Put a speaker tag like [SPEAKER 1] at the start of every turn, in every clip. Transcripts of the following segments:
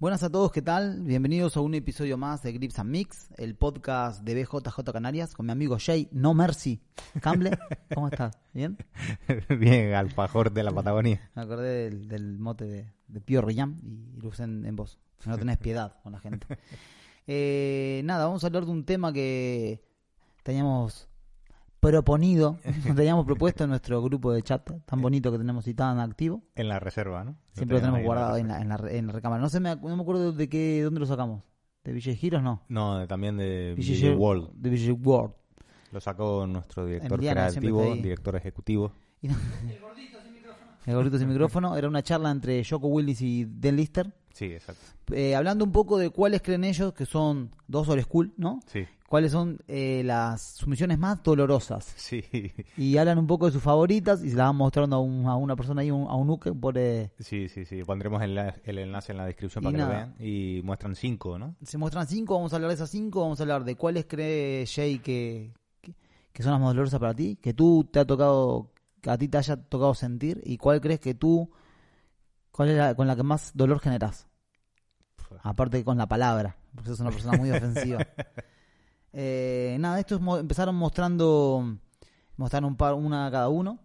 [SPEAKER 1] Buenas a todos, ¿qué tal? Bienvenidos a un episodio más de Grips and Mix, el podcast de BJJ Canarias, con mi amigo Jay No Mercy. Camble, ¿cómo estás? ¿Bien?
[SPEAKER 2] Bien, alfajor de la Patagonia.
[SPEAKER 1] Me acordé del, del mote de, de Pío Rillán y Lucen en voz. No tenés piedad con la gente. Eh, nada, vamos a hablar de un tema que teníamos proponido, teníamos propuesto en nuestro grupo de chat tan bonito que tenemos y tan activo.
[SPEAKER 2] En la reserva, ¿no?
[SPEAKER 1] Siempre lo tenemos
[SPEAKER 2] ahí en la
[SPEAKER 1] guardado en
[SPEAKER 2] reserva.
[SPEAKER 1] la, en la, re- en la recámara. No, se me, ac- no me acuerdo de qué, dónde lo sacamos. ¿De Villegiros? No.
[SPEAKER 2] No, de- también de
[SPEAKER 1] Village-
[SPEAKER 2] Village World.
[SPEAKER 1] De Village World.
[SPEAKER 2] Lo sacó nuestro director
[SPEAKER 1] Diana siempre
[SPEAKER 2] creativo,
[SPEAKER 1] está ahí.
[SPEAKER 2] director ejecutivo.
[SPEAKER 1] Y no- El gordito sin micrófono. Era una charla entre Joko Willis y Dan Lister.
[SPEAKER 2] Sí, exacto.
[SPEAKER 1] eh, hablando un poco de cuáles creen ellos que son dos old school, ¿no?
[SPEAKER 2] Sí,
[SPEAKER 1] Cuáles son eh, las sumisiones más dolorosas.
[SPEAKER 2] sí.
[SPEAKER 1] Y hablan un poco de sus favoritas y se las van mostrando a, un- a una persona ahí, un- a un nuke, por, eh,
[SPEAKER 2] Sí, sí, sí. Pondremos el, la- el enlace en la descripción
[SPEAKER 1] Y
[SPEAKER 2] para que lo
[SPEAKER 1] nada.
[SPEAKER 2] vean. Y muestran cinco, ¿no?
[SPEAKER 1] Se muestran cinco, vamos a hablar de esas cinco, vamos a hablar de cuáles cree Jay que, que, que son las más dolorosas para ti, que tú te ha tocado, que a ti te haya tocado sentir, y cuál crees que tú, cuál es la, con la que más dolor generas. Aparte que con la palabra, porque sos una persona muy ofensiva. Eh, nada, estos mo- empezaron mostrando, mostraron un par, una a cada uno.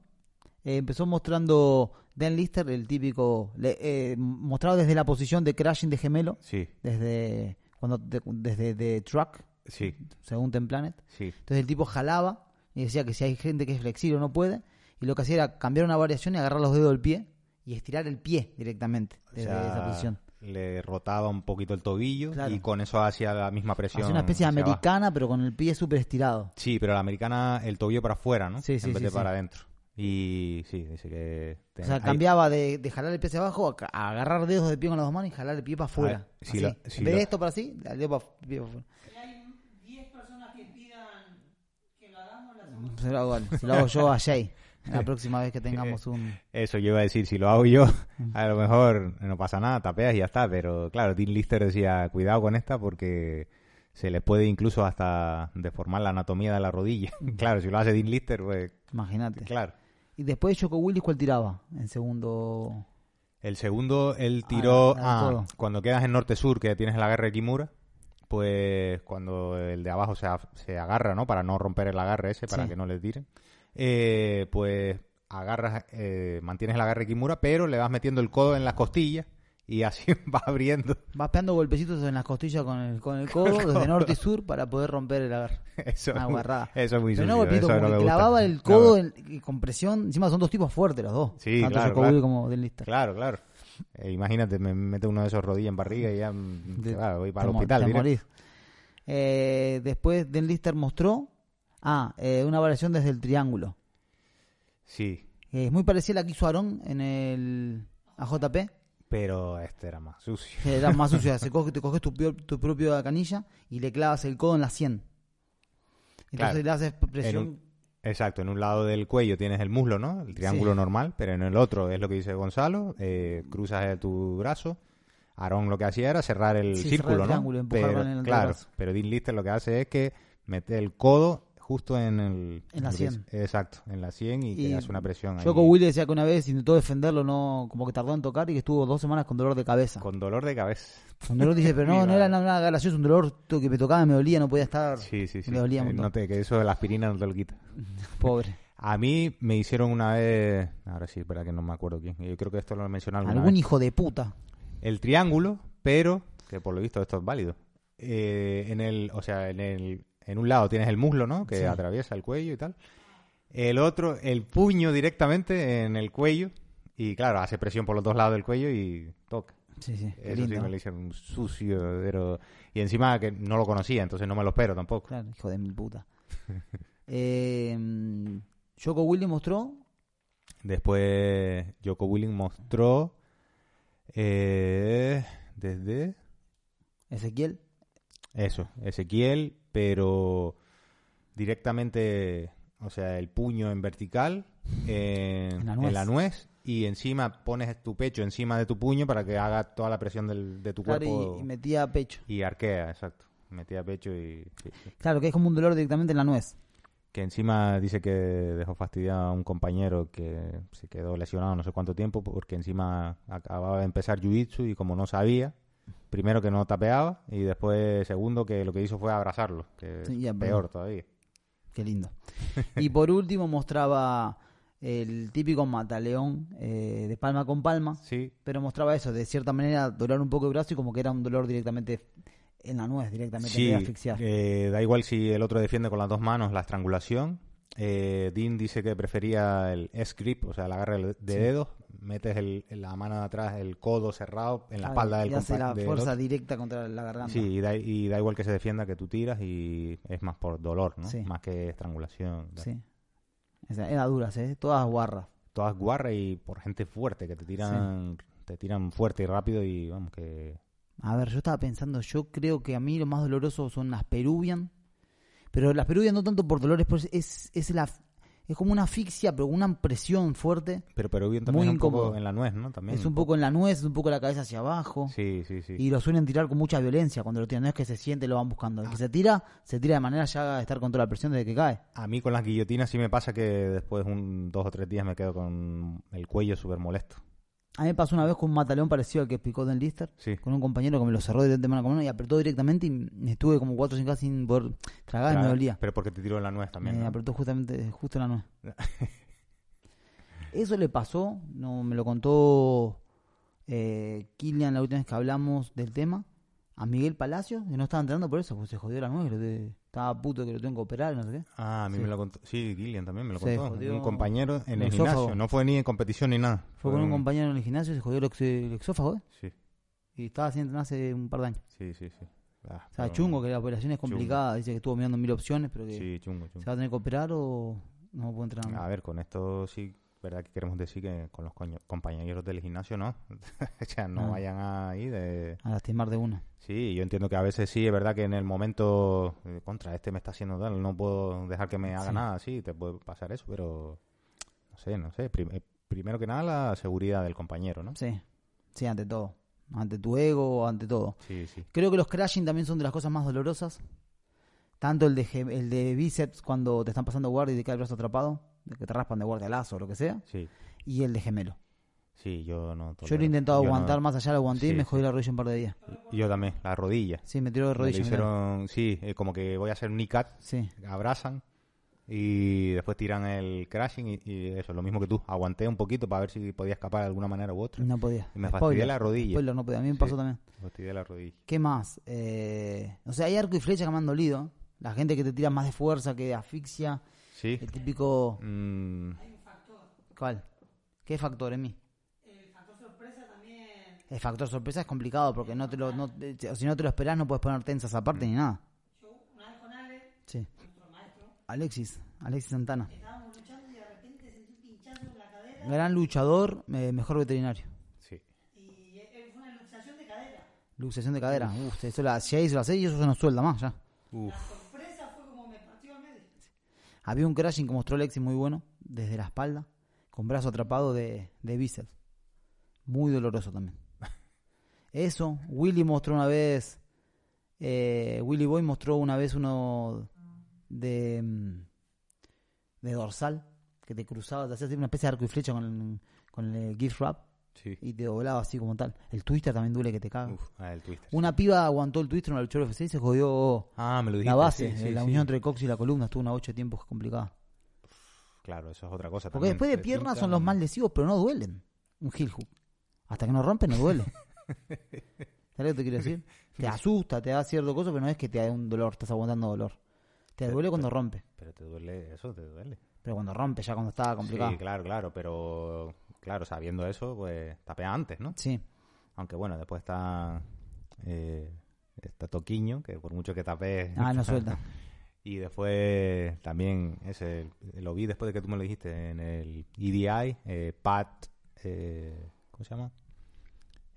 [SPEAKER 1] Eh, empezó mostrando Dan Lister, el típico, le- eh, mostrado desde la posición de crashing de gemelo
[SPEAKER 2] Sí,
[SPEAKER 1] desde cuando de- desde de Truck,
[SPEAKER 2] sí,
[SPEAKER 1] según Ten Planet.
[SPEAKER 2] sí.
[SPEAKER 1] Entonces el tipo jalaba y decía que si hay gente que es flexible o no puede, y lo que hacía era cambiar una variación y agarrar los dedos del pie y estirar el pie directamente
[SPEAKER 2] O
[SPEAKER 1] desde
[SPEAKER 2] sea,
[SPEAKER 1] esa posición.
[SPEAKER 2] Le rotaba un poquito el tobillo
[SPEAKER 1] Claro.
[SPEAKER 2] y con eso hacía la misma presión.
[SPEAKER 1] Hacía una especie de
[SPEAKER 2] hacia abajo.
[SPEAKER 1] americana, pero con el pie súper estirado.
[SPEAKER 2] Sí, pero la americana, el tobillo para afuera, ¿no?
[SPEAKER 1] Sí, sí,
[SPEAKER 2] en vez
[SPEAKER 1] sí,
[SPEAKER 2] de
[SPEAKER 1] sí.
[SPEAKER 2] para adentro. Y sí, dice que...
[SPEAKER 1] O
[SPEAKER 2] te-
[SPEAKER 1] sea,
[SPEAKER 2] ahí-
[SPEAKER 1] cambiaba de, de jalar el pie hacia abajo a ca- a agarrar dedos de pie con las dos manos y jalar el pie para afuera.
[SPEAKER 2] Ah, sí,
[SPEAKER 1] Así.
[SPEAKER 2] lo- sí,
[SPEAKER 1] en vez de
[SPEAKER 2] lo-
[SPEAKER 1] esto para así, el dedo para, pie para afuera. Mm, Se lo hago, a él, se lo hago yo a Jay la próxima vez que tengamos un...
[SPEAKER 2] Eso yo iba a decir, si lo hago yo, a lo mejor no pasa nada, tapeas y ya está, pero claro, Tim Lister decía, cuidado con esta porque se les puede incluso hasta deformar la anatomía de la rodilla. claro, si lo hace Tim Lister, pues
[SPEAKER 1] Imagínate.
[SPEAKER 2] claro.
[SPEAKER 1] Y después Choco Willis, ¿cuál tiraba? En segundo.
[SPEAKER 2] El segundo, él
[SPEAKER 1] Ah,
[SPEAKER 2] tiró,
[SPEAKER 1] la- la de
[SPEAKER 2] ah,
[SPEAKER 1] codo.
[SPEAKER 2] cuando quedas en Norte-Sur, que tienes el agarre de Kimura, pues cuando el de abajo se, af- se agarra, ¿no? Para no romper el agarre ese, para
[SPEAKER 1] Sí.
[SPEAKER 2] que no le tiren, eh, pues agarras, eh, mantienes el agarre de Kimura, pero le vas metiendo el codo en las costillas y así va abriendo.
[SPEAKER 1] Vas pegando golpecitos en las costillas con el, con el codo, desde norte y sur, para poder romper el agarre.
[SPEAKER 2] Eso,
[SPEAKER 1] Una
[SPEAKER 2] es muy-
[SPEAKER 1] guarrada.
[SPEAKER 2] eso es muy
[SPEAKER 1] Pero no
[SPEAKER 2] sucio,
[SPEAKER 1] golpecito,
[SPEAKER 2] eso
[SPEAKER 1] como
[SPEAKER 2] no
[SPEAKER 1] que
[SPEAKER 2] me gusta.
[SPEAKER 1] clavaba el
[SPEAKER 2] No,
[SPEAKER 1] codo en, y con presión. Encima son dos tipos fuertes los dos.
[SPEAKER 2] Sí,
[SPEAKER 1] tanto
[SPEAKER 2] claro,
[SPEAKER 1] Choco
[SPEAKER 2] claro.
[SPEAKER 1] Willis como Del Lister.
[SPEAKER 2] Claro, claro. Eh, imagínate, me mete uno de esos rodillas en barriga y ya mm,
[SPEAKER 1] De-
[SPEAKER 2] que va, voy para
[SPEAKER 1] te
[SPEAKER 2] el
[SPEAKER 1] mo-
[SPEAKER 2] hospital.
[SPEAKER 1] te
[SPEAKER 2] directo.
[SPEAKER 1] morís. Eh, después Del Lister mostró. Ah, eh, una variación desde el triángulo.
[SPEAKER 2] Sí,
[SPEAKER 1] Eh, Es muy parecida a la que hizo Aarón en el AJP.
[SPEAKER 2] pero este era más sucio.
[SPEAKER 1] Era más sucia. Se coge, te coges tu, pio- tu propia canilla y le clavas el codo en la sien. Entonces
[SPEAKER 2] Claro.
[SPEAKER 1] le haces presión.
[SPEAKER 2] En Exacto, en un lado del cuello tienes el muslo, ¿no? El triángulo
[SPEAKER 1] Sí.
[SPEAKER 2] normal, pero en el otro es lo que dice Gonzalo, eh, cruzas eh, tu brazo. Aarón lo que hacía era cerrar el
[SPEAKER 1] Sí, cerrar el
[SPEAKER 2] círculo, ¿no?
[SPEAKER 1] triángulo, empujar
[SPEAKER 2] pero,
[SPEAKER 1] con el
[SPEAKER 2] claro,
[SPEAKER 1] antebrazo.
[SPEAKER 2] pero Dean Lister lo que hace es que mete el codo justo en el...
[SPEAKER 1] En la
[SPEAKER 2] lo que es-
[SPEAKER 1] sien.
[SPEAKER 2] Exacto, en la sien y,
[SPEAKER 1] Y
[SPEAKER 2] que hace una presión ahí.
[SPEAKER 1] Yo con Willy decía que una vez intentó defenderlo, no como que tardó en tocar y que estuvo dos semanas con dolor de cabeza.
[SPEAKER 2] Con dolor de cabeza.
[SPEAKER 1] Un dolor dice, pero no,
[SPEAKER 2] Sí,
[SPEAKER 1] no era
[SPEAKER 2] vale.
[SPEAKER 1] nada, nada gracioso, un dolor to- que me tocaba, me dolía, no podía estar
[SPEAKER 2] Sí, sí, sí.
[SPEAKER 1] Me dolía un
[SPEAKER 2] Eh,
[SPEAKER 1] montón.
[SPEAKER 2] no te- que eso de la aspirina no te lo quita.
[SPEAKER 1] pobre.
[SPEAKER 2] A mí me hicieron una vez... Ahora sí, es verdad que no me acuerdo quién. Yo creo que esto lo he mencionado alguna
[SPEAKER 1] Algún
[SPEAKER 2] vez.
[SPEAKER 1] hijo de puta.
[SPEAKER 2] el triángulo, pero que por lo visto esto es válido. Eh, en el, o sea, en el, en un lado tienes el muslo, ¿no? Que
[SPEAKER 1] Sí.
[SPEAKER 2] atraviesa el cuello y tal. El otro, el puño directamente en el cuello y claro hace presión por los dos lados del cuello y toca.
[SPEAKER 1] Sí, sí, qué
[SPEAKER 2] Eso sí
[SPEAKER 1] lindo.
[SPEAKER 2] me lo hicieron un sucio, pero y encima que no lo conocía, entonces no me lo espero tampoco.
[SPEAKER 1] Claro, hijo de mil puta. eh, mm, Yoko Willy mostró
[SPEAKER 2] Después Joko Willing mostró eh, desde
[SPEAKER 1] Ezequiel.
[SPEAKER 2] Eso, Ezequiel, pero directamente, o sea, el puño en vertical, eh,
[SPEAKER 1] En
[SPEAKER 2] en,
[SPEAKER 1] la nuez.
[SPEAKER 2] la nuez, y encima pones tu pecho encima de tu puño para que haga toda la presión del- de tu
[SPEAKER 1] Claro,
[SPEAKER 2] cuerpo
[SPEAKER 1] y, y metía pecho.
[SPEAKER 2] y, arquea, exacto. Metía pecho y... sí, sí.
[SPEAKER 1] Claro, que es como un dolor directamente en la nuez.
[SPEAKER 2] Que encima dice que dejó fastidiado a un compañero que se quedó lesionado no sé cuánto tiempo porque encima acababa de empezar Jiu-Jitsu y como no sabía, primero que no tapeaba y después segundo que lo que hizo fue abrazarlo, que
[SPEAKER 1] Sí,
[SPEAKER 2] es
[SPEAKER 1] ya, pero-
[SPEAKER 2] peor todavía.
[SPEAKER 1] Qué lindo. Y por último mostraba el típico mataleón eh, de palma con palma,
[SPEAKER 2] Sí,
[SPEAKER 1] pero mostraba eso, de cierta manera dolar un poco el brazo y como que era un dolor directamente en la nuez, directamente en
[SPEAKER 2] sí,
[SPEAKER 1] vez de asfixiar.
[SPEAKER 2] eh, da igual si el otro defiende con las dos manos la estrangulación. Eh, Dean dice que prefería el S-grip, o sea, el agarre de dedos, metes el- la mano de atrás, el codo cerrado en la
[SPEAKER 1] Claro,
[SPEAKER 2] espalda del
[SPEAKER 1] y hace
[SPEAKER 2] compa-
[SPEAKER 1] la
[SPEAKER 2] del
[SPEAKER 1] fuerza
[SPEAKER 2] otro.
[SPEAKER 1] directa contra la garganta.
[SPEAKER 2] Sí, y da, y da igual que se defienda que tú tiras y es más por dolor, ¿no?
[SPEAKER 1] Sí.
[SPEAKER 2] Más que estrangulación.
[SPEAKER 1] Sí. O sea, era duras, ¿eh? todas guarras.
[SPEAKER 2] Todas guarras y por gente fuerte que te tiran, te tiran fuerte y rápido y vamos que...
[SPEAKER 1] A ver, yo estaba pensando, yo creo que a mí lo más doloroso son las peruvian, pero las peruvian no tanto por dolores, pues es, es, la, es como una asfixia, pero con una presión fuerte.
[SPEAKER 2] Pero pero bien
[SPEAKER 1] Muy
[SPEAKER 2] también es un poco
[SPEAKER 1] incómodo.
[SPEAKER 2] en la nuez, ¿no? También.
[SPEAKER 1] es un poco en la nuez, es un poco la cabeza hacia abajo.
[SPEAKER 2] Sí, sí, sí.
[SPEAKER 1] Y lo suelen tirar con mucha violencia cuando lo tiran. No es que se siente, lo van buscando. El que se tira, se tira de manera ya de estar con toda la presión desde que cae.
[SPEAKER 2] A mí con las guillotinas sí me pasa que después un dos o tres días me quedo con el cuello súper molesto.
[SPEAKER 1] A mí me pasó una vez con un mataleón parecido al que explicó Den Lister,
[SPEAKER 2] Sí.
[SPEAKER 1] con un compañero que me lo cerró de mano con mano y apretó directamente y me estuve como cuatro o cinco horas sin poder tragar y Ah, me
[SPEAKER 2] Pero-
[SPEAKER 1] dolía.
[SPEAKER 2] Pero porque te tiro en la nuez también.
[SPEAKER 1] Me
[SPEAKER 2] ¿no?
[SPEAKER 1] Eh, apretó justamente justo en la nuez. Eso le pasó, no me lo contó eh, Kilian la última vez que hablamos del tema, a Miguel Palacio, que no estaba entrenando por eso, porque se jodió la nuez, que lo te- estaba puto que lo tengo que operar, no sé qué.
[SPEAKER 2] Ah, a mí
[SPEAKER 1] Sí.
[SPEAKER 2] me lo contó. Sí, Gillian también me lo
[SPEAKER 1] Se
[SPEAKER 2] contó.
[SPEAKER 1] jodió
[SPEAKER 2] Un compañero en
[SPEAKER 1] el
[SPEAKER 2] el
[SPEAKER 1] esófago.
[SPEAKER 2] gimnasio. No fue ni en competición ni nada.
[SPEAKER 1] Fue con un
[SPEAKER 2] un-
[SPEAKER 1] compañero en el gimnasio, se jodió el, ex- el exófago, ¿eh?
[SPEAKER 2] Sí,
[SPEAKER 1] Y estaba sin entrenar hace un par de años.
[SPEAKER 2] sí, sí. sí. Ah,
[SPEAKER 1] O sea,
[SPEAKER 2] pero-
[SPEAKER 1] chungo, que la operación es
[SPEAKER 2] Chungo.
[SPEAKER 1] complicada, dice que estuvo mirando mil opciones, pero que
[SPEAKER 2] Sí, Ah. chungo,
[SPEAKER 1] se
[SPEAKER 2] chungo.
[SPEAKER 1] va a tener que operar o no puede entrenar.
[SPEAKER 2] A ver, con esto sí, verdad que queremos decir que con los coño- compañeros del gimnasio no. o sea, no
[SPEAKER 1] Ah.
[SPEAKER 2] vayan ahí de...
[SPEAKER 1] A lastimar de una.
[SPEAKER 2] Sí, yo entiendo que a veces sí, es verdad que en el momento, eh, contra, este me está haciendo tal, no puedo dejar que me haga
[SPEAKER 1] Sí.
[SPEAKER 2] nada, sí, te puede pasar eso, pero no sé, no sé. Prim- eh, primero que nada, la seguridad del compañero, ¿no?
[SPEAKER 1] Sí, sí, ante todo. Ante tu ego, ante todo.
[SPEAKER 2] Sí, sí.
[SPEAKER 1] Creo que los crashing también son de las cosas más dolorosas. Tanto el de, gem- el de bíceps cuando te están pasando guardia y te queda el brazo atrapado, de que te raspan de guardia lazo o lo que sea,
[SPEAKER 2] Sí,
[SPEAKER 1] y el de gemelo.
[SPEAKER 2] sí, yo no.
[SPEAKER 1] Yo lo he intentado aguantar
[SPEAKER 2] más.
[SPEAKER 1] más allá, lo aguanté y
[SPEAKER 2] Sí,
[SPEAKER 1] me
[SPEAKER 2] sí.
[SPEAKER 1] jodí la rodilla un par de días.
[SPEAKER 2] Yo también, la rodilla.
[SPEAKER 1] Sí, me tiró de
[SPEAKER 2] Me lo
[SPEAKER 1] rodilla. mirá.
[SPEAKER 2] hicieron, sí, eh, como que voy a hacer un kneecap
[SPEAKER 1] Sí,
[SPEAKER 2] abrazan y después tiran el crashing y, y eso, lo mismo que tú. Aguanté un poquito para ver si podía escapar de alguna manera u otra.
[SPEAKER 1] no podía.
[SPEAKER 2] Y me
[SPEAKER 1] Spoiler,
[SPEAKER 2] fastidié la rodilla.
[SPEAKER 1] spoiler, no podía. A mí me pasó
[SPEAKER 2] Sí.
[SPEAKER 1] también.
[SPEAKER 2] Me fastidié la rodilla.
[SPEAKER 1] ¿Qué más? Eh, o sea, hay arco y flecha que me han dolido. La gente que te tira más de fuerza, que asfixia.
[SPEAKER 2] Sí.
[SPEAKER 1] El típico...
[SPEAKER 2] Mm,
[SPEAKER 1] ¿Cuál? ¿Qué factor en mí? El factor sorpresa es complicado porque no te lo, no, eh, si no te lo esperás no puedes poner tensas aparte ni nada. Sí. Alexis, Alexis Santana. Gran luchador, eh, mejor veterinario.
[SPEAKER 2] sí.
[SPEAKER 1] Luxación de cadera. Uf, eso la, si ahí se lo hace y eso se nos suelda más ya.
[SPEAKER 2] Uf.
[SPEAKER 1] Había un crashing que mostró Alexis muy bueno, desde la espalda, con brazo atrapado de, de bíceps. Muy doloroso también. Eso, Willy mostró una vez, eh, Willy Boy mostró una vez uno de, mm, de dorsal, que te cruzaba, te hacías una especie de arco y flecha con el, con el gift wrap
[SPEAKER 2] Sí.
[SPEAKER 1] y te doblaba así como tal. El twister también duele que te caga.
[SPEAKER 2] Uf, ah, el twister.
[SPEAKER 1] Una piba aguantó el twister en la luchadora FC y se jodió
[SPEAKER 2] Ah, me lo dijiste.
[SPEAKER 1] la base,
[SPEAKER 2] sí, sí,
[SPEAKER 1] eh, la
[SPEAKER 2] sí.
[SPEAKER 1] unión entre el cox y la columna, estuvo una ocho de tiempos complicada.
[SPEAKER 2] Claro, eso es otra cosa.
[SPEAKER 1] Porque
[SPEAKER 2] también.
[SPEAKER 1] después de
[SPEAKER 2] Te
[SPEAKER 1] piernas
[SPEAKER 2] pintan-
[SPEAKER 1] son los más lesivos, pero no duelen. Un heel hook. Hasta que no rompen, no duele. ¿Sabes lo que te quiero decir? Te asusta, te da cierto cosa, pero no es que te da un dolor, estás aguantando dolor. Te
[SPEAKER 2] Pero-
[SPEAKER 1] duele cuando rompe.
[SPEAKER 2] Pero te duele, eso te duele.
[SPEAKER 1] Pero cuando rompe, ya cuando está complicado.
[SPEAKER 2] Sí, claro, claro, pero claro, sabiendo eso, pues tapea antes, ¿no?
[SPEAKER 1] Sí,
[SPEAKER 2] Aunque bueno, después está eh, está Toquiño, que por mucho que tapé
[SPEAKER 1] ah, no suelta.
[SPEAKER 2] Y después también, ese lo vi después de que tú me lo dijiste en el EDI, eh, Pat, eh, ¿cómo se llama?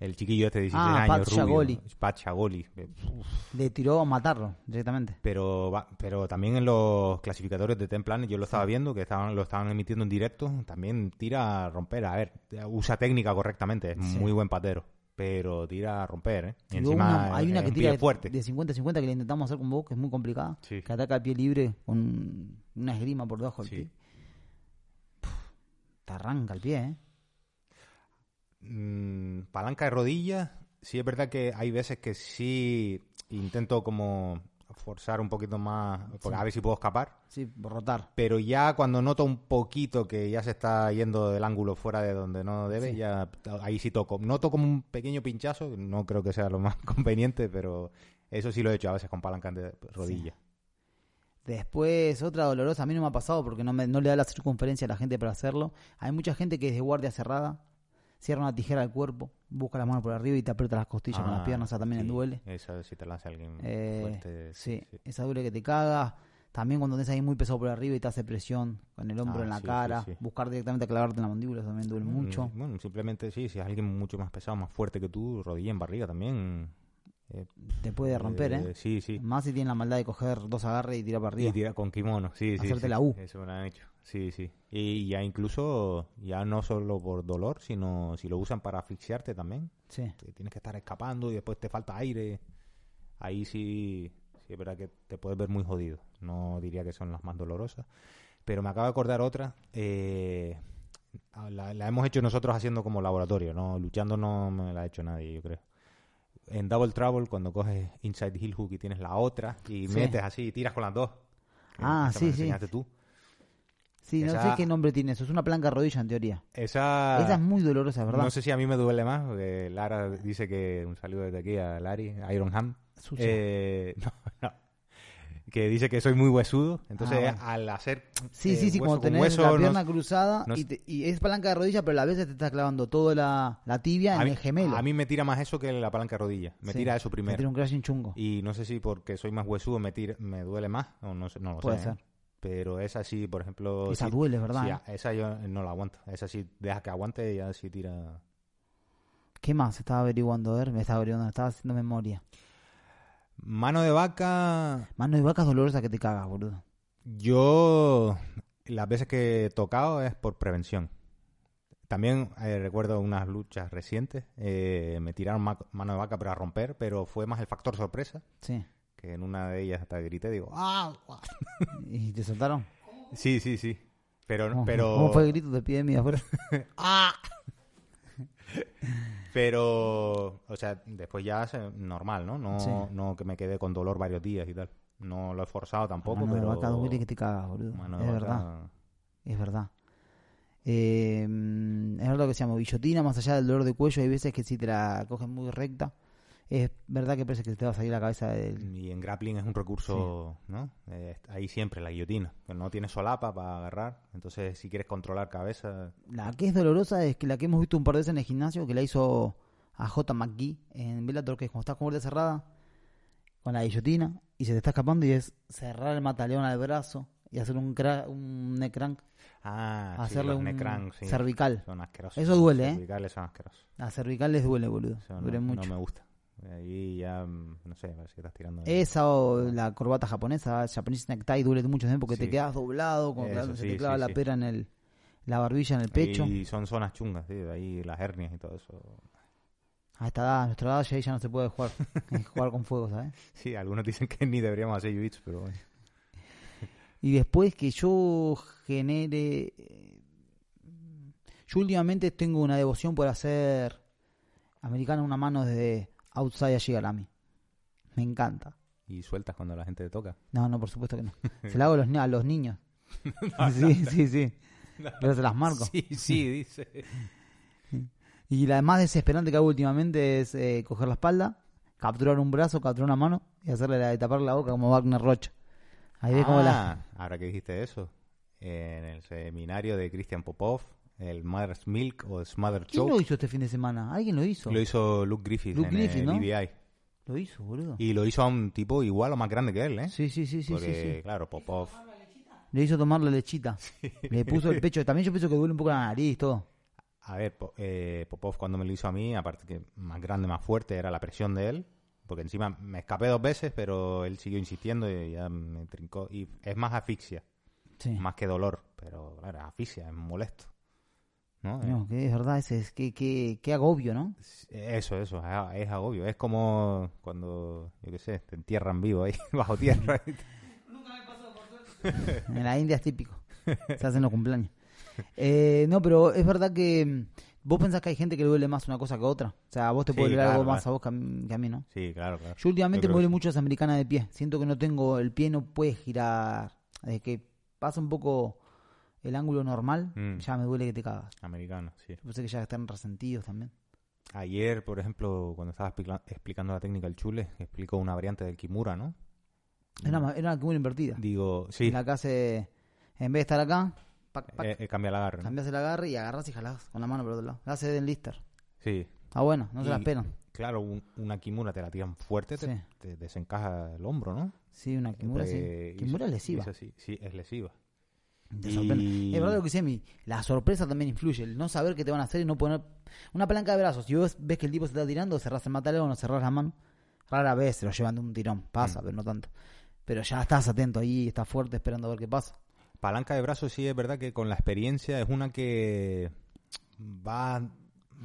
[SPEAKER 2] El chiquillo este de 16
[SPEAKER 1] Ah,
[SPEAKER 2] años,
[SPEAKER 1] Pat
[SPEAKER 2] rubio,
[SPEAKER 1] Shagoli.
[SPEAKER 2] Pat Shagoli. que, uf,
[SPEAKER 1] Le tiró a matarlo directamente.
[SPEAKER 2] Pero, va- pero también en los clasificatorios de Ten Planet, yo lo estaba viendo, que estaban, lo estaban emitiendo en directo, también tira a romper. A ver, usa técnica correctamente, es
[SPEAKER 1] Sí.
[SPEAKER 2] muy buen patero, pero tira a romper, ¿eh? Y
[SPEAKER 1] Tiró
[SPEAKER 2] encima
[SPEAKER 1] una- hay una
[SPEAKER 2] es
[SPEAKER 1] que
[SPEAKER 2] un
[SPEAKER 1] tira
[SPEAKER 2] pie
[SPEAKER 1] de-
[SPEAKER 2] fuerte.
[SPEAKER 1] de 50-50 que le intentamos hacer con vos, que es muy complicada.
[SPEAKER 2] Sí.
[SPEAKER 1] Que ataca a pie libre con una esgrima por debajo del
[SPEAKER 2] Sí.
[SPEAKER 1] pie. Puf, te arranca el pie, ¿eh?
[SPEAKER 2] Mm, palanca de rodillas, sí es verdad que hay veces que sí intento como forzar un poquito más, porque a ver si puedo escapar.
[SPEAKER 1] Sí, rotar.
[SPEAKER 2] Pero ya cuando noto un poquito que ya se está yendo del ángulo fuera de donde no debe,
[SPEAKER 1] Sí.
[SPEAKER 2] ya ahí sí toco. Noto como un pequeño pinchazo, que no creo que sea lo más conveniente, pero eso sí lo he hecho a veces con palancas de rodilla.
[SPEAKER 1] Después, otra dolorosa, a mí no me ha pasado porque no, me- no le da la circunferencia a la gente para hacerlo. Hay mucha gente que es de guardia cerrada, cierra una tijera al cuerpo, busca la mano por arriba y te aprieta las costillas con las
[SPEAKER 2] Ah,
[SPEAKER 1] piernas, o sea, también
[SPEAKER 2] sí.
[SPEAKER 1] duele.
[SPEAKER 2] Eso si te lanza alguien
[SPEAKER 1] Eh,
[SPEAKER 2] fuerte.
[SPEAKER 1] sí, esa duele que te caga. También cuando tenés ahí muy pesado por arriba y te hace presión con el hombro
[SPEAKER 2] Ah,
[SPEAKER 1] en la
[SPEAKER 2] sí, sí,
[SPEAKER 1] cara,
[SPEAKER 2] sí.
[SPEAKER 1] buscar directamente a clavarte en la mandíbula, eso también duele mucho.
[SPEAKER 2] Mm, Bueno, simplemente sí, si es alguien mucho más pesado, más fuerte que tú, rodilla en barriga también. eh,
[SPEAKER 1] Te puede romper, ¿eh?
[SPEAKER 2] Sí, sí.
[SPEAKER 1] Más si tienen la maldad de coger dos agarres y tirar para arriba.
[SPEAKER 2] Y tira con kimono, sí, sí.
[SPEAKER 1] Hacerte
[SPEAKER 2] sí.
[SPEAKER 1] la U.
[SPEAKER 2] Eso me lo han hecho. Sí, sí. Y ya incluso, ya no solo por dolor, sino si lo usan para asfixiarte también.
[SPEAKER 1] Sí.
[SPEAKER 2] Te tienes que estar escapando y después te falta aire. Ahí sí, sí es verdad que te puedes ver muy jodido. No diría que son las más dolorosas. Pero me acabo de acordar otra. eh, la, la hemos hecho nosotros haciendo como laboratorio, ¿no? Luchando no me la ha hecho nadie, yo creo. En Double Trouble, cuando coges Inside Heel Hook y tienes la otra y
[SPEAKER 1] Sí.
[SPEAKER 2] metes así y tiras con las dos. que
[SPEAKER 1] Ah,
[SPEAKER 2] esa me
[SPEAKER 1] sí,
[SPEAKER 2] la
[SPEAKER 1] sí.
[SPEAKER 2] enseñaste tú.
[SPEAKER 1] Sí, no
[SPEAKER 2] Esa-
[SPEAKER 1] sé qué nombre tiene eso. Es una planca rodilla en teoría.
[SPEAKER 2] Esa...
[SPEAKER 1] Esa es muy dolorosa, ¿verdad?
[SPEAKER 2] No sé si a mí me duele más, porque Lara dice que un saludo desde aquí a Lari, a Ironham.
[SPEAKER 1] Sucia.
[SPEAKER 2] Eh, no, no. Que dice que soy muy huesudo. Entonces,
[SPEAKER 1] Ah, bueno.
[SPEAKER 2] al hacer.
[SPEAKER 1] Sí,
[SPEAKER 2] eh,
[SPEAKER 1] sí, sí,
[SPEAKER 2] hueso
[SPEAKER 1] como
[SPEAKER 2] con
[SPEAKER 1] tenés
[SPEAKER 2] hueso,
[SPEAKER 1] la
[SPEAKER 2] no-
[SPEAKER 1] pierna cruzada
[SPEAKER 2] no
[SPEAKER 1] y,
[SPEAKER 2] es-
[SPEAKER 1] te- y es palanca de rodilla, pero a veces te estás clavando toda la, la tibia
[SPEAKER 2] a,
[SPEAKER 1] en
[SPEAKER 2] mí,
[SPEAKER 1] el gemelo.
[SPEAKER 2] a mí me tira más eso que la palanca de rodilla. Me
[SPEAKER 1] Sí,
[SPEAKER 2] tira eso
[SPEAKER 1] Te tira
[SPEAKER 2] primero.
[SPEAKER 1] un crashing chungo.
[SPEAKER 2] Y no sé si porque soy más huesudo me, tira- me duele más. O no, sé- no lo
[SPEAKER 1] Puede
[SPEAKER 2] sé.
[SPEAKER 1] ser.
[SPEAKER 2] ¿eh? Pero esa sí, por ejemplo.
[SPEAKER 1] Esa
[SPEAKER 2] sí-
[SPEAKER 1] duele, ¿verdad?
[SPEAKER 2] sí, ah.
[SPEAKER 1] eh?
[SPEAKER 2] a- esa yo no la aguanto. Esa sí, deja que aguante y ya sí tira.
[SPEAKER 1] ¿Qué más estaba averiguando? A ver, me estaba averiguando, estaba haciendo memoria.
[SPEAKER 2] Mano de vaca.
[SPEAKER 1] Mano de vacas dolorosa que te cagas, boludo.
[SPEAKER 2] Yo las veces que he tocado es por prevención. También eh, recuerdo unas luchas recientes, eh, me tiraron ma- mano de vaca para romper, pero fue más el factor sorpresa,
[SPEAKER 1] Sí.
[SPEAKER 2] que en una de ellas hasta grité, digo, ¡ah! ah".
[SPEAKER 1] ¿Y te soltaron?
[SPEAKER 2] Sí, sí, sí. Pero,
[SPEAKER 1] ¿Cómo,
[SPEAKER 2] pero,
[SPEAKER 1] ¿Cómo fue el grito de epidemia afuera?
[SPEAKER 2] ¡ah! pero, o sea, después ya es eh, normal, ¿no? No,
[SPEAKER 1] Sí.
[SPEAKER 2] no que me quedé con dolor varios días y tal. No lo he forzado tampoco,
[SPEAKER 1] Mano
[SPEAKER 2] pero...
[SPEAKER 1] de vaca duele que te cagas, boludo.
[SPEAKER 2] mano de
[SPEAKER 1] es
[SPEAKER 2] vaca-
[SPEAKER 1] verdad, es verdad. Eh, es verdad que se llama billotina, más allá del dolor de cuello, hay veces que si te la cogen muy recta, es verdad que parece que te va a salir la cabeza del...
[SPEAKER 2] Y en grappling es un recurso, ¿no? Eh, ahí siempre la guillotina. que No tiene solapa para agarrar. Entonces, si quieres controlar cabeza,
[SPEAKER 1] La que es dolorosa es que la que hemos visto un par de veces en el gimnasio, que la hizo a J. McGee en Bellator, que es cuando estás con guardia cerrada, con la guillotina, y se te está escapando y es cerrar el mataleón al brazo y hacer un, cra- un neck crank,
[SPEAKER 2] ah, sí,
[SPEAKER 1] hacerle
[SPEAKER 2] los
[SPEAKER 1] un
[SPEAKER 2] neck cranks, sí,
[SPEAKER 1] cervical.
[SPEAKER 2] Son asquerosos.
[SPEAKER 1] Eso
[SPEAKER 2] Los
[SPEAKER 1] duele, ¿eh?
[SPEAKER 2] Cervicales son asquerosos.
[SPEAKER 1] La cervical les duele, boludo.
[SPEAKER 2] Eso no,
[SPEAKER 1] duele
[SPEAKER 2] no
[SPEAKER 1] mucho.
[SPEAKER 2] me gusta. Ahí ya, mm, no sé, parece que estás tirando. de-
[SPEAKER 1] Esa o la corbata japonesa, Japanese necktie, duele mucho también porque te
[SPEAKER 2] Sí.
[SPEAKER 1] quedas doblado, como
[SPEAKER 2] Eso,
[SPEAKER 1] claro, se
[SPEAKER 2] sí,
[SPEAKER 1] te clava
[SPEAKER 2] sí,
[SPEAKER 1] la
[SPEAKER 2] sí.
[SPEAKER 1] pera en el, la barbilla en el pecho.
[SPEAKER 2] Y son zonas chungas, sí, ahí las hernias y todo eso.
[SPEAKER 1] A esta edad, a nuestra edad, ya, ahí ya no se puede jugar, eh, jugar con fuego, ¿sabes?
[SPEAKER 2] Sí, algunos dicen que ni deberíamos hacer jiu pero bueno.
[SPEAKER 1] Y después que yo genere... eh, Yo últimamente tengo una devoción por hacer americano una mano desde Outside Ashigarami. Me encanta.
[SPEAKER 2] Y sueltas cuando la gente te toca.
[SPEAKER 1] No, no, por supuesto que no. Se la hago a los, ni- a los niños. sí, sí, sí. Pero se las marco.
[SPEAKER 2] Sí, sí, dice.
[SPEAKER 1] Y la más desesperante que hago últimamente es eh, coger la espalda, capturar un brazo, capturar una mano y hacerle la de tapar la boca como Wagner Rocha. Ahí ves como la.
[SPEAKER 2] Ah, Ahora que dijiste eso, en el seminario de Christian Popov, el Mother's Milk o Smother
[SPEAKER 1] ¿Quién lo
[SPEAKER 2] Choke,
[SPEAKER 1] hizo este fin de semana? ¿Alguien lo hizo?
[SPEAKER 2] lo hizo Luke Griffith
[SPEAKER 1] Luke
[SPEAKER 2] en
[SPEAKER 1] Griffith,
[SPEAKER 2] el
[SPEAKER 1] ¿no?
[SPEAKER 2] EBI.
[SPEAKER 1] Lo hizo, boludo.
[SPEAKER 2] Y lo hizo a un tipo igual o más grande que él, ¿eh?
[SPEAKER 1] Sí, sí, sí, sí,
[SPEAKER 2] Porque,
[SPEAKER 1] sí, sí.
[SPEAKER 2] claro, Popov.
[SPEAKER 1] Le hizo tomar la lechita. Le puso el pecho. También yo pienso que duele un poco la nariz, todo.
[SPEAKER 2] A ver, Po- eh, Popov cuando me lo hizo a mí, aparte que más grande, más fuerte, era la presión de él. Porque encima me escapé dos veces, pero él siguió insistiendo y ya me trincó. Y es más asfixia,
[SPEAKER 1] Sí.
[SPEAKER 2] más que dolor. Pero, claro, es asfixia, es molesto. ¿No? Es-
[SPEAKER 1] No, que es verdad, ese es que, que, que agobio, ¿no?
[SPEAKER 2] Eso, eso, es a- es agobio. Es como cuando, yo qué sé, te entierran vivo ahí, bajo tierra.
[SPEAKER 1] En la India es típico. Se hacen los cumpleaños. Eh, no, pero es verdad que mm, ¿Vos pensás que hay gente que le duele más una cosa que otra? O sea, a vos te
[SPEAKER 2] Sí,
[SPEAKER 1] puede doler
[SPEAKER 2] claro,
[SPEAKER 1] algo más
[SPEAKER 2] claro.
[SPEAKER 1] a vos que a mí, que a mí, ¿no?
[SPEAKER 2] Sí, claro, claro.
[SPEAKER 1] Yo últimamente
[SPEAKER 2] Yo
[SPEAKER 1] me
[SPEAKER 2] creo
[SPEAKER 1] duele
[SPEAKER 2] que
[SPEAKER 1] mucho las americanas de pie. Siento que no tengo, el pie no puede girar. Desde que pasa un poco el ángulo normal,
[SPEAKER 2] Mm.
[SPEAKER 1] ya me duele que te cagas.
[SPEAKER 2] Americano, sí.
[SPEAKER 1] Yo pensé que ya están resentidos también.
[SPEAKER 2] Ayer, por ejemplo, cuando estaba explicla- explicando la técnica del chule, explicó una variante del Kimura, ¿no?
[SPEAKER 1] Era una, era una muy invertida.
[SPEAKER 2] Digo, Mm. sí,
[SPEAKER 1] En la que hace, en vez de estar acá, pac, pac,
[SPEAKER 2] eh, eh, cambia el agarre. ¿no?
[SPEAKER 1] cambiás el agarre y agarrás y jalás con la mano por otro lado. La hace Den Lister.
[SPEAKER 2] Sí,
[SPEAKER 1] Ah, bueno, no se la
[SPEAKER 2] Y-
[SPEAKER 1] esperan.
[SPEAKER 2] claro, un- una Kimura te la tiran fuerte, te,
[SPEAKER 1] Sí.
[SPEAKER 2] te desencaja el hombro, ¿no?
[SPEAKER 1] Sí, una Kimura,
[SPEAKER 2] Eh,
[SPEAKER 1] sí. Kimura
[SPEAKER 2] hizo-
[SPEAKER 1] es lesiva.
[SPEAKER 2] hizo así, sí, es lesiva.
[SPEAKER 1] Te
[SPEAKER 2] Y-
[SPEAKER 1] sorprende. Eh, Es verdad lo que dice mi. La sorpresa también influye. El no saber qué te van a hacer y no poner. Una palanca de brazos. Si vos ves que el tipo se está tirando, cerrás el mataleo o no cerrás la mano. Rara vez se lo llevan de un tirón. Pasa,
[SPEAKER 2] Mm.
[SPEAKER 1] pero no tanto. Pero ya estás atento ahí, estás fuerte esperando a ver qué pasa.
[SPEAKER 2] Palanca de brazos sí es verdad que con la experiencia es una que va,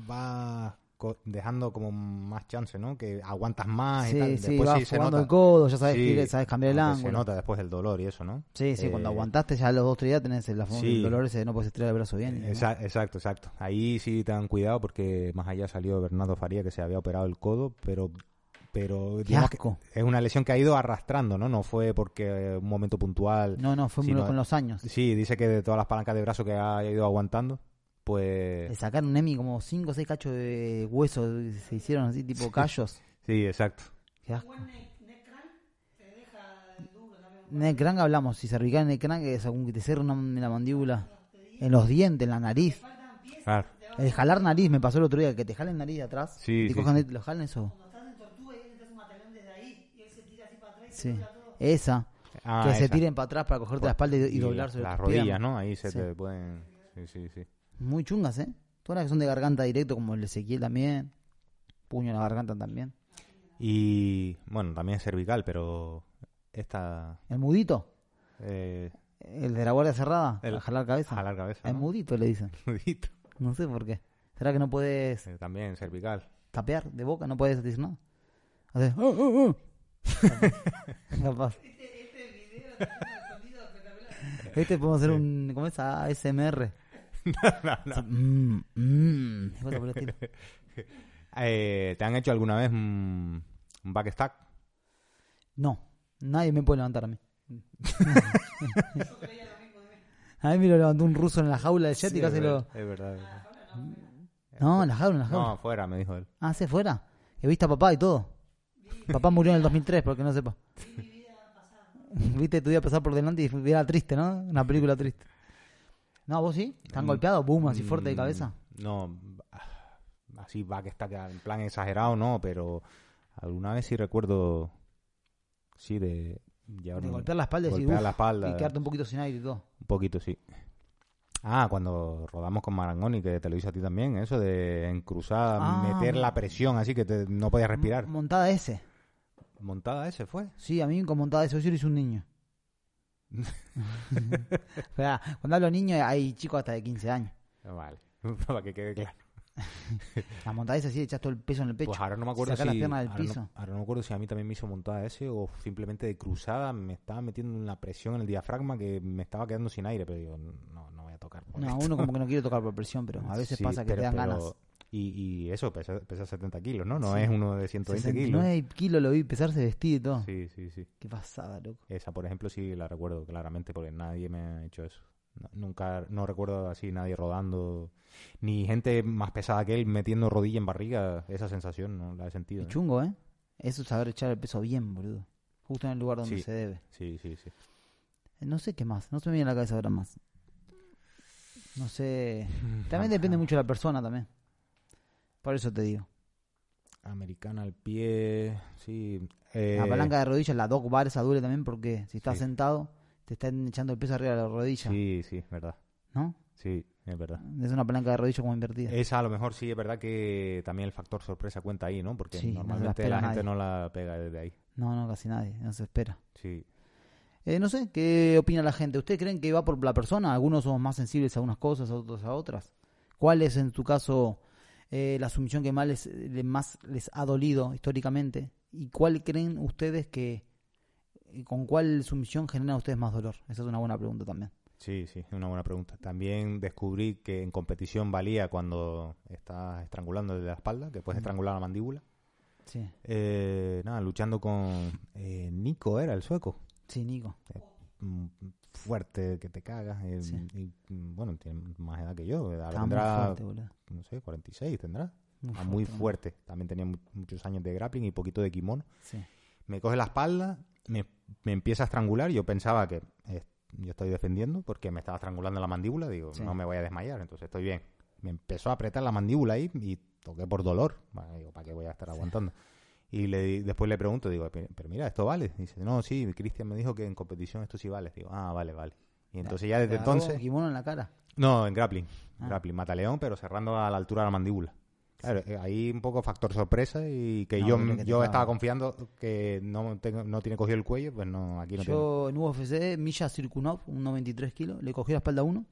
[SPEAKER 2] va co- dejando como más chance, ¿no? Que aguantas más y
[SPEAKER 1] Sí,
[SPEAKER 2] tal.
[SPEAKER 1] sí,
[SPEAKER 2] Ah, Después
[SPEAKER 1] vas
[SPEAKER 2] sí se
[SPEAKER 1] jugando
[SPEAKER 2] nota.
[SPEAKER 1] el codo, ya sabes,
[SPEAKER 2] Sí,
[SPEAKER 1] girar, sabes cambiar el
[SPEAKER 2] aunque Se
[SPEAKER 1] ángulo.
[SPEAKER 2] nota después el dolor y eso, ¿no?
[SPEAKER 1] Sí, sí, cuando
[SPEAKER 2] Eh,
[SPEAKER 1] aguantaste ya los dos, tres días tenés el, la- el
[SPEAKER 2] sí.
[SPEAKER 1] dolor ese de no puedes estirar el brazo bien. y demás.
[SPEAKER 2] Exa- Exacto, exacto. Ahí sí te dan cuidado porque más allá salió Bernardo Faría que se había operado el codo, pero pero digamos que
[SPEAKER 1] asco.
[SPEAKER 2] es una lesión que ha ido arrastrando, ¿no? No fue porque eh, un momento puntual.
[SPEAKER 1] No, no, fue
[SPEAKER 2] Sí,
[SPEAKER 1] muy-
[SPEAKER 2] no,
[SPEAKER 1] con los años.
[SPEAKER 2] Sí, dice que de todas las palancas de brazo que ha ido aguantando, pues
[SPEAKER 1] Le sacaron Emi como cinco o seis cachos de hueso, se hicieron así, tipo callos.
[SPEAKER 2] sí, exacto.
[SPEAKER 1] Qué asco. Necrank hablamos, si cervical necrank es algún que te cierra una- en la mandíbula, en los dientes, en la nariz.
[SPEAKER 2] Claro.
[SPEAKER 1] El jalar nariz me pasó el otro día, que te jalen nariz de atrás
[SPEAKER 2] Sí,
[SPEAKER 1] y te
[SPEAKER 2] sí,
[SPEAKER 1] cojan
[SPEAKER 2] sí.
[SPEAKER 1] de- lo jalen eso. Sí. Esa,
[SPEAKER 2] Ah,
[SPEAKER 1] que se
[SPEAKER 2] esa.
[SPEAKER 1] tiren para atrás para cogerte la espalda y, y
[SPEAKER 2] Y
[SPEAKER 1] doblar sobre
[SPEAKER 2] las
[SPEAKER 1] tus
[SPEAKER 2] rodillas,
[SPEAKER 1] piernas.
[SPEAKER 2] ¿no? Ahí se
[SPEAKER 1] Sí.
[SPEAKER 2] te pueden Sí, sí, sí.
[SPEAKER 1] Muy chungas, ¿eh? Todas las que son de garganta directo, como el Ezequiel también. Puño en la garganta también.
[SPEAKER 2] Y bueno, también cervical, pero esta
[SPEAKER 1] El mudito,
[SPEAKER 2] eh,
[SPEAKER 1] el de la guardia cerrada,
[SPEAKER 2] El-
[SPEAKER 1] el, jalar cabeza.
[SPEAKER 2] jalar cabeza.
[SPEAKER 1] el
[SPEAKER 2] ¿no?
[SPEAKER 1] mudito le dicen.
[SPEAKER 2] Nudito.
[SPEAKER 1] No sé por qué. ¿Será que no puedes
[SPEAKER 2] Eh, También cervical.
[SPEAKER 1] tapear de boca? ¿No puedes decir nada? Haces, "Uh, uh, uh". Capaz. Este podemos hacer un. ¿Cómo es? ASMR. no, no, Mmm, mmm. Cosa por el estilo.
[SPEAKER 2] Eh, ¿Te han hecho alguna vez un, un backstack?
[SPEAKER 1] No, nadie me puede levantar a mí. A mí me lo levantó un ruso en la jaula de Yeti y casi lo...
[SPEAKER 2] Es verdad.
[SPEAKER 1] No, en la jaula, en la jaula.
[SPEAKER 2] No, afuera, me dijo él.
[SPEAKER 1] Ah, se fuera. Que viste a papá y todo. Papá murió en el 2003, porque no sepa. Viste tu vida pasar por delante y fue- era triste, ¿no? Una película triste. No, vos sí. ¿Están
[SPEAKER 2] Mm,
[SPEAKER 1] golpeados? Boom, así fuerte de
[SPEAKER 2] Mm,
[SPEAKER 1] cabeza.
[SPEAKER 2] No, ah, así backstack en plan exagerado, no, pero alguna vez sí recuerdo, sí, de llevarme-
[SPEAKER 1] De golpear la espalda y decir,
[SPEAKER 2] Mm. golpear
[SPEAKER 1] "Uf",
[SPEAKER 2] la espalda.
[SPEAKER 1] y quedarte un poquito sin aire y todo.
[SPEAKER 2] Un poquito, sí. Ah, cuando rodamos con Marangoni, que te lo hizo a ti también, eso de en cruzada,
[SPEAKER 1] Ah, Mm,
[SPEAKER 2] meter
[SPEAKER 1] mo-
[SPEAKER 2] la presión así que te- no podías respirar.
[SPEAKER 1] M- Montada ese.
[SPEAKER 2] Montada ese fue.
[SPEAKER 1] Sí, a mí con montada de socio lo hizo un niño. Esperá, cuando hablo niño hay chicos hasta de 15 años.
[SPEAKER 2] Vale, para que quede claro.
[SPEAKER 1] La montada esa sí, echas todo el peso en el pecho.
[SPEAKER 2] Pues ahora no me acuerdo
[SPEAKER 1] Sacar las
[SPEAKER 2] si
[SPEAKER 1] piernas del
[SPEAKER 2] ahora no-
[SPEAKER 1] piso.
[SPEAKER 2] ahora no me acuerdo si a mí también me hizo montada ese o simplemente de cruzada me estaba metiendo una presión en el diafragma que me estaba quedando sin aire, pero digo, no, no voy a tocar. por
[SPEAKER 1] No,
[SPEAKER 2] esto.
[SPEAKER 1] uno como que no quiere tocar por presión, pero a veces
[SPEAKER 2] Sí,
[SPEAKER 1] pasa que
[SPEAKER 2] pero-
[SPEAKER 1] te dan
[SPEAKER 2] pero-
[SPEAKER 1] ganas.
[SPEAKER 2] Y, y eso pesa, pesa 70 kilos, ¿no? No
[SPEAKER 1] Sí.
[SPEAKER 2] es uno de 120 kilos.
[SPEAKER 1] 69 kilos lo vi pesarse vestido y todo.
[SPEAKER 2] Sí, sí, sí.
[SPEAKER 1] Qué pasada, loco.
[SPEAKER 2] Esa, por ejemplo, sí la recuerdo claramente porque nadie me ha hecho eso. No- nunca, no recuerdo así nadie rodando, ni gente más pesada que él metiendo rodilla en barriga. Esa sensación no la he sentido.
[SPEAKER 1] Y
[SPEAKER 2] ¿eh?
[SPEAKER 1] chungo, ¿eh? Eso es saber echar el peso bien, boludo. Justo en el lugar donde
[SPEAKER 2] Sí.
[SPEAKER 1] se debe.
[SPEAKER 2] Sí, sí, sí.
[SPEAKER 1] No sé qué más, no se me viene a la cabeza ahora más. No sé. También depende mucho de la persona también. Por eso te digo.
[SPEAKER 2] Americana al pie, sí. eh,
[SPEAKER 1] La palanca de rodillas, la dog bar esa duele también porque si estás
[SPEAKER 2] Sí.
[SPEAKER 1] sentado te están echando el peso arriba de la rodilla,
[SPEAKER 2] Sí, sí, verdad.
[SPEAKER 1] ¿no?
[SPEAKER 2] Sí, es verdad.
[SPEAKER 1] Es una palanca de rodillas como invertida.
[SPEAKER 2] Esa a lo mejor sí, es verdad que también el factor sorpresa cuenta ahí, ¿no? Porque
[SPEAKER 1] Sí, no se la
[SPEAKER 2] normalmente
[SPEAKER 1] espera
[SPEAKER 2] la
[SPEAKER 1] nadie.
[SPEAKER 2] gente no la pega desde ahí.
[SPEAKER 1] No, no, casi nadie, no se espera.
[SPEAKER 2] Sí.
[SPEAKER 1] Eh, no sé, ¿qué opina la gente? ¿Ustedes creen que va por la persona? Algunos somos más sensibles a unas cosas, otros a otras. ¿Cuál es en tu caso eh, la sumisión que más les, le- más les ha dolido históricamente? ¿Y cuál creen ustedes que, con cuál sumisión generan ustedes más dolor? Esa es una buena pregunta también.
[SPEAKER 2] Sí, sí, una buena pregunta. También descubrí que en competición valía cuando estás estrangulando desde la espalda, que puedes estrangular la mandíbula.
[SPEAKER 1] Sí,
[SPEAKER 2] Eh, nada, luchando con eh, Nico, era el sueco.
[SPEAKER 1] sí, Nico.
[SPEAKER 2] Mm, Fuerte, que te cagas. eh,
[SPEAKER 1] Sí.
[SPEAKER 2] y, mm, bueno, tiene más edad que yo. ahora
[SPEAKER 1] Estaba muy
[SPEAKER 2] tendrá,
[SPEAKER 1] fuerte, boludo.
[SPEAKER 2] no sé, 46 tendrá.
[SPEAKER 1] Muy
[SPEAKER 2] Ah, Muy
[SPEAKER 1] fuerte.
[SPEAKER 2] fuerte. También tenía mu- muchos años de grappling y poquito de kimono.
[SPEAKER 1] Sí.
[SPEAKER 2] me coge la espalda, me, me empieza a estrangular. Yo pensaba que eh, yo estoy defendiendo porque me estaba estrangulando la mandíbula. Digo,
[SPEAKER 1] Sí.
[SPEAKER 2] no me voy a desmayar, entonces estoy bien. Me empezó a apretar la mandíbula ahí y toqué por dolor. Bueno, digo, ¿para qué voy a estar aguantando? Y le, di- después le pregunto, digo, "Pe- pero mira, ¿esto vale? Dice, no, sí, Cristian me dijo que en competición esto sí vale. Digo, ah, vale, vale. Y entonces ya
[SPEAKER 1] Le
[SPEAKER 2] desde
[SPEAKER 1] agarró
[SPEAKER 2] entonces...
[SPEAKER 1] Kimono en la cara.
[SPEAKER 2] No, en grappling.
[SPEAKER 1] Ah.
[SPEAKER 2] Grappling, mata león, pero cerrando a la altura de la mandíbula. Claro, eh, ahí un poco factor sorpresa y que
[SPEAKER 1] No,
[SPEAKER 2] yo,
[SPEAKER 1] porque te
[SPEAKER 2] yo
[SPEAKER 1] clava.
[SPEAKER 2] estaba confiando que no, tengo- no tiene cogido el cuello, pues no, aquí no
[SPEAKER 1] Yo en UFC, Milla Cirkunov, un 93 kilos, le cogió la espalda a uno.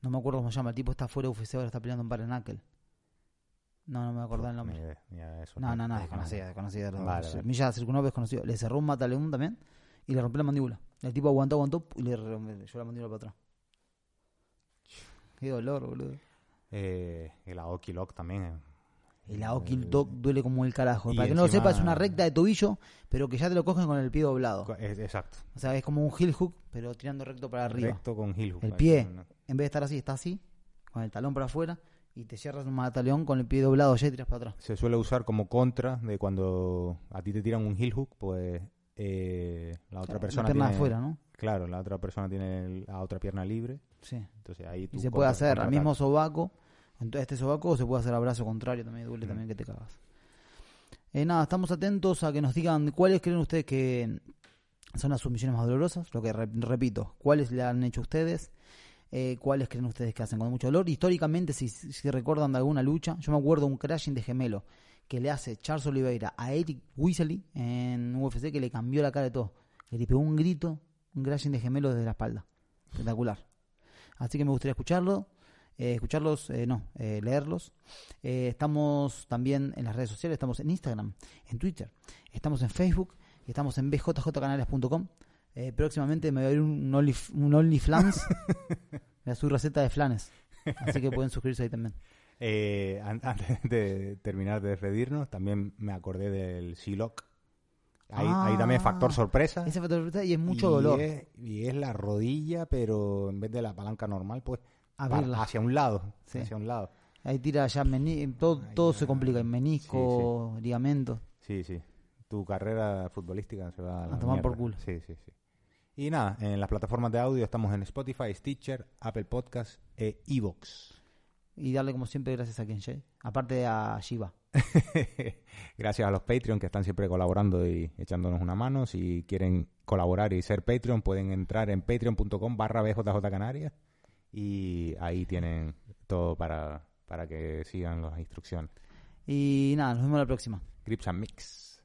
[SPEAKER 1] No me acuerdo cómo se llama, el tipo está fuera de UFC, ahora está peleando en Paranáquel. No, no me
[SPEAKER 2] tiene.
[SPEAKER 1] acuerdo el nombre.
[SPEAKER 2] Ni idea, ni idea de eso.
[SPEAKER 1] No, no, no,
[SPEAKER 2] Ah,
[SPEAKER 1] desconocida, desconocida.
[SPEAKER 2] Vale,
[SPEAKER 1] Vale,
[SPEAKER 2] vale.
[SPEAKER 1] Milla Cirkunov es conocido. Le cerró un mataleón también y le rompió la mandíbula. El tipo aguantó, aguantó y le rompió la mandíbula para atrás. Qué dolor, boludo.
[SPEAKER 2] Eh, el Aoki Lock también. eh.
[SPEAKER 1] El Aoki Dog duele como el carajo.
[SPEAKER 2] Y
[SPEAKER 1] Para que no lo
[SPEAKER 2] encima-
[SPEAKER 1] sepa, es una recta de tobillo, pero que ya te lo cogen con el pie doblado.
[SPEAKER 2] Co- eh, Exacto.
[SPEAKER 1] O sea, es como un heel hook, pero tirando recto para arriba.
[SPEAKER 2] Recto con heel hook.
[SPEAKER 1] El
[SPEAKER 2] Ahí,
[SPEAKER 1] pie.
[SPEAKER 2] no, no.
[SPEAKER 1] En vez de estar así, está así, con el talón para afuera, y te cierras un mataleón con el pie doblado ya y tiras para atrás.
[SPEAKER 2] Se suele usar como contra de cuando a ti te tiran un heel hook, pues eh, la otra
[SPEAKER 1] Claro,
[SPEAKER 2] persona
[SPEAKER 1] La pierna
[SPEAKER 2] tiene-
[SPEAKER 1] afuera, ¿no?
[SPEAKER 2] Claro, la otra persona tiene el- la otra pierna libre.
[SPEAKER 1] Sí.
[SPEAKER 2] Entonces ahí
[SPEAKER 1] Y
[SPEAKER 2] tú
[SPEAKER 1] se puede
[SPEAKER 2] contra-
[SPEAKER 1] hacer al
[SPEAKER 2] contraataques.
[SPEAKER 1] mismo sobaco, entonces este sobaco se puede hacer a brazo contrario también, duele también que te cagas. Eh, nada, estamos atentos a que nos digan cuáles creen ustedes que son las submisiones más dolorosas, lo que re- repito, cuáles le han hecho ustedes, eh, cuáles creen ustedes que hacen con mucho dolor. Históricamente, si, si recuerdan de alguna lucha, yo me acuerdo un crashing de gemelo que le hace Charles Oliveira a Eric Weasley en UFC que le cambió la cara de todo, que le pegó un grito, un crashing de gemelo desde la espalda. Espectacular. Así que me gustaría escucharlo, eh, escucharlos, eh, no, eh, leerlos. Eh, estamos también en las redes sociales, estamos en Instagram, en Twitter, estamos en Facebook y estamos en bjjcanales.com. Eh, próximamente me va a ir un, Only, un OnlyFlans, voy a subir receta de flanes, así que pueden suscribirse ahí también.
[SPEAKER 2] Eh, an- antes de terminar de despedirnos, también me acordé del Siloc. Ahí,
[SPEAKER 1] Ah,
[SPEAKER 2] ahí también factor sorpresa.
[SPEAKER 1] Ese factor de sorpresa y es mucho
[SPEAKER 2] Y
[SPEAKER 1] dolor.
[SPEAKER 2] es- y es la rodilla, pero en vez de la palanca normal, pues
[SPEAKER 1] Abrirla.
[SPEAKER 2] para- hacia un lado.
[SPEAKER 1] Sí.
[SPEAKER 2] Hacia un lado.
[SPEAKER 1] Ahí tira ya meni- eh, todo,
[SPEAKER 2] Ahí
[SPEAKER 1] todo
[SPEAKER 2] ya.
[SPEAKER 1] se complica, en menisco, ligamento.
[SPEAKER 2] Sí, sí. Tu carrera futbolística se va a, la
[SPEAKER 1] tomar por culo.
[SPEAKER 2] mierda. Sí, sí, sí. Y nada, en las plataformas de audio estamos en Spotify, Stitcher, Apple Podcasts e Evox.
[SPEAKER 1] Y darle como siempre gracias a Kenshei, aparte a Shiva.
[SPEAKER 2] Gracias a los Patreon que están siempre colaborando y echándonos una mano. Si quieren colaborar y ser Patreon, pueden entrar en patreon.com barra BJJ Canarias y ahí tienen todo para, para que sigan las instrucciones.
[SPEAKER 1] Y nada, nos vemos la próxima.
[SPEAKER 2] Grips and Mix.